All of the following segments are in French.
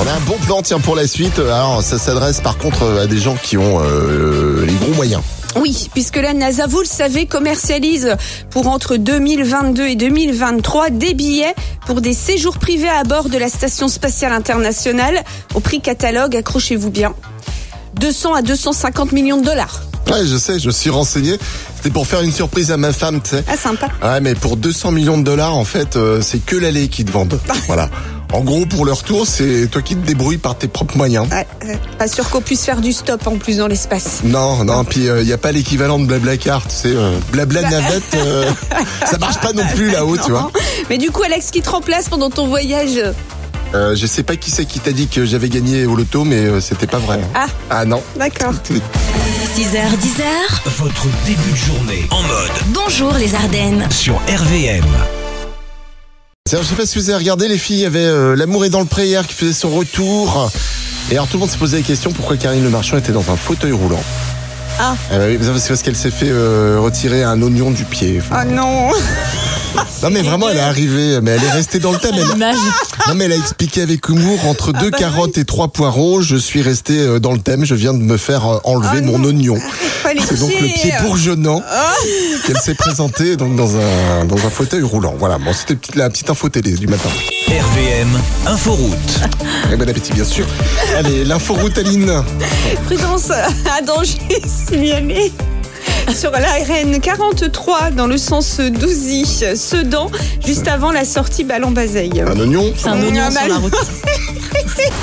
On a un bon plan, tiens, pour la suite. Euh, Alors, ça s'adresse par contre à des gens qui ont euh, les gros moyens. Oui, puisque la NASA, vous le savez, commercialise pour entre 2022 et 2023 des billets pour des séjours privés à bord de la Station spatiale internationale au prix catalogue, accrochez-vous bien, 200 à 250 millions de dollars. Ouais, je sais, je suis renseigné. C'était pour faire une surprise à ma femme, tu sais. Ah, sympa. Ouais, mais pour 200 millions de dollars, en fait, euh, c'est que l'aller qui te vendent. Voilà. En gros, pour leur tour, c'est toi qui te débrouilles par tes propres moyens. Ouais, ouais. pas sûr qu'on puisse faire du stop en plus dans l'espace. Non, non, puis il n'y a pas l'équivalent de Blablacar, tu sais, euh, Blabla navette, euh, ça marche pas non plus là-haut, tu vois. Bah. Non. Mais du coup, Alex, qui te remplace pendant ton voyage Euh, je sais pas qui c'est qui t'a dit que j'avais gagné au loto, mais euh, c'était pas vrai. Ah. ah non. D'accord. 6h, 10h, Votre début de journée en mode bonjour les Ardennes. sur RVM. Serge, je sais pas si vous avez regardé, les filles, il y avait euh, L'amour est dans le pré hier qui faisait son retour. Et alors tout le monde se posait la question pourquoi Karine Le Marchand était dans un fauteuil roulant. Ah. Eh ben oui, mais ça, c'est parce qu'elle s'est fait euh, retirer un oignon du pied. Oh non Non mais vraiment, elle est arrivée, mais elle est restée dans le thème. Elle... Non mais elle a expliqué avec humour entre deux carottes et trois poireaux, je suis restée euh, dans le thème. Je viens de me faire euh, enlever Oh mon non. oignon. Pas les C'est donc le pieds. pied bourgeonnant qu'elle s'est présentée donc dans un dans un fauteuil roulant. Voilà, bon, c'était petite- la petite info télé du matin. RVM Inforoute. Et bon appétit bien sûr. Allez, l'info routaline. Prudence à danger signalé sur la RN 43 dans le sens d'Ouzy, Sedan, juste avant la sortie Ballon-Bazeille. Un oignon. un oignon sur la route.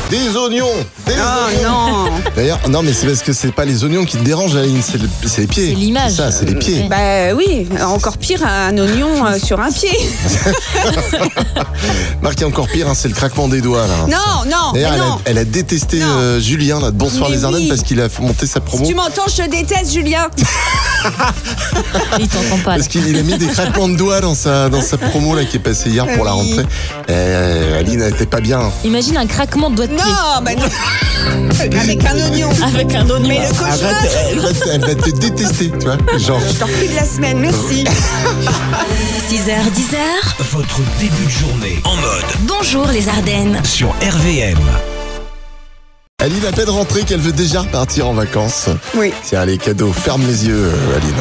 Des oignons. Des Oh oignons. non D'ailleurs, non mais c'est parce que c'est pas les oignons qui te dérangent, Aline, c'est le- c'est les pieds. C'est l'image. Ça, c'est les pieds. Bah oui, encore pire, un oignon euh, sur un pied. Marqué encore pire, hein, c'est le craquement des doigts là. Non, non, mais D'ailleurs, elle, a- non elle a détesté Non. euh, Julien là de Bonsoir Mais les Ardennes oui. parce qu'il a monté sa promo. Si tu m'entends, je te déteste, Julien. Il t'entend pas. là. Parce qu'il il a mis des craquements de doigts dans sa, dans sa promo là qui est passée hier pour la Oui. rentrée. Euh, Aline n'était pas bien. Imagine un craquement de doigts de pied Non, bah non. Avec un oignon. avec un oignon. Mais le cauchemar, Arrête, elle va, te- elle va te détester, tu vois. Genre, je dors plus de la semaine, merci. 6h, 10h, Votre début de journée en mode bonjour les Ardennes. sur RVM. Aline a peine rentrée qu'elle veut déjà repartir en vacances. Oui, Tiens, allez, cadeau, ferme les yeux, euh, Aline.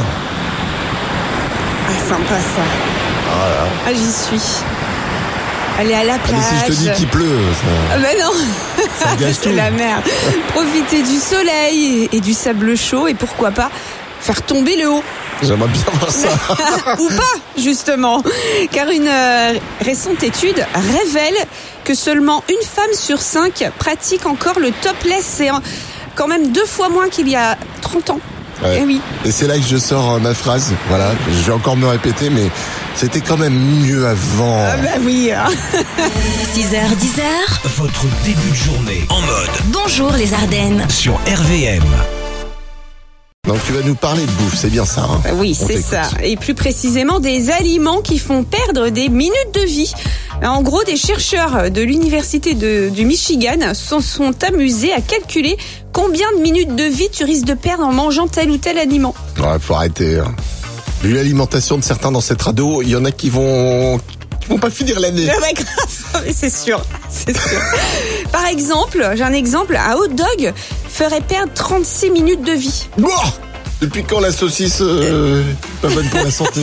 ah, sympa ça. Ah, j'y suis. Allez à la Ah, plage. mais si je te dis qu'il pleut, ça, Ah, bah non ça gâche tout. C'est la mer. Profiter du soleil et et du sable chaud et pourquoi pas faire tomber le haut. J'aimerais bien voir ça. Ou pas, justement. Car une euh, récente étude révèle que seulement une femme sur cinq pratique encore le topless. C'est euh, quand même deux fois moins qu'il y a 30 ans. Ouais. Eh oui. Et c'est là que je sors euh, ma phrase. Voilà, je vais encore me répéter, mais c'était quand même mieux avant. Ah bah oui. hein. 6h, 10h, Votre début de journée en mode bonjour les Ardennes. sur RVM. Donc tu vas nous parler de bouffe, c'est bien ça. hein. Euh, Oui, On c'est t'écoute. ça. Et plus précisément, des aliments qui font perdre des minutes de vie. En gros, des chercheurs de l'université de- du Michigan se sont amusés à calculer combien de minutes de vie tu risques de perdre en mangeant tel ou tel aliment. Ouais, faut arrêter. hein. Vu l'alimentation de certains dans cette radio, il y en a qui vont qui vont pas finir l'année. Ah ouais, grave. c'est sûr, c'est sûr. Par exemple, j'ai un exemple, un hot dog ferait perdre 36 minutes de vie. Bon Depuis quand la saucisse euh, pas bonne pour la santé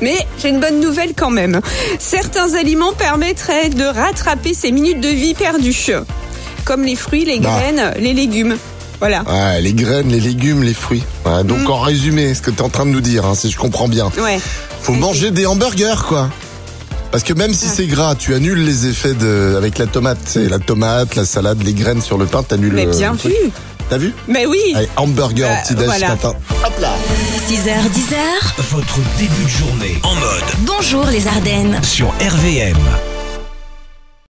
Mais j'ai une bonne nouvelle quand même. Certains aliments permettraient de rattraper ces minutes de vie perdues, comme les fruits, les Non. graines, les légumes. Voilà. Ouais, les graines, les légumes, les fruits. Ouais, donc en résumé, ce que t'es en train de nous dire, hein, si je comprends bien, Ouais. faut manger des hamburgers, quoi. Parce que même si c'est gras, tu annules les effets de avec la tomate, c'est la tomate, la salade, les graines sur le pain, t'annules. Mais euh, bien le vu. truc. Ah, T'as vu Mais oui. Allez, hamburger Bah, au petit déj voilà. ce matin. 6h, 10h, Votre début de journée en mode bonjour les Ardennes. sur RVM.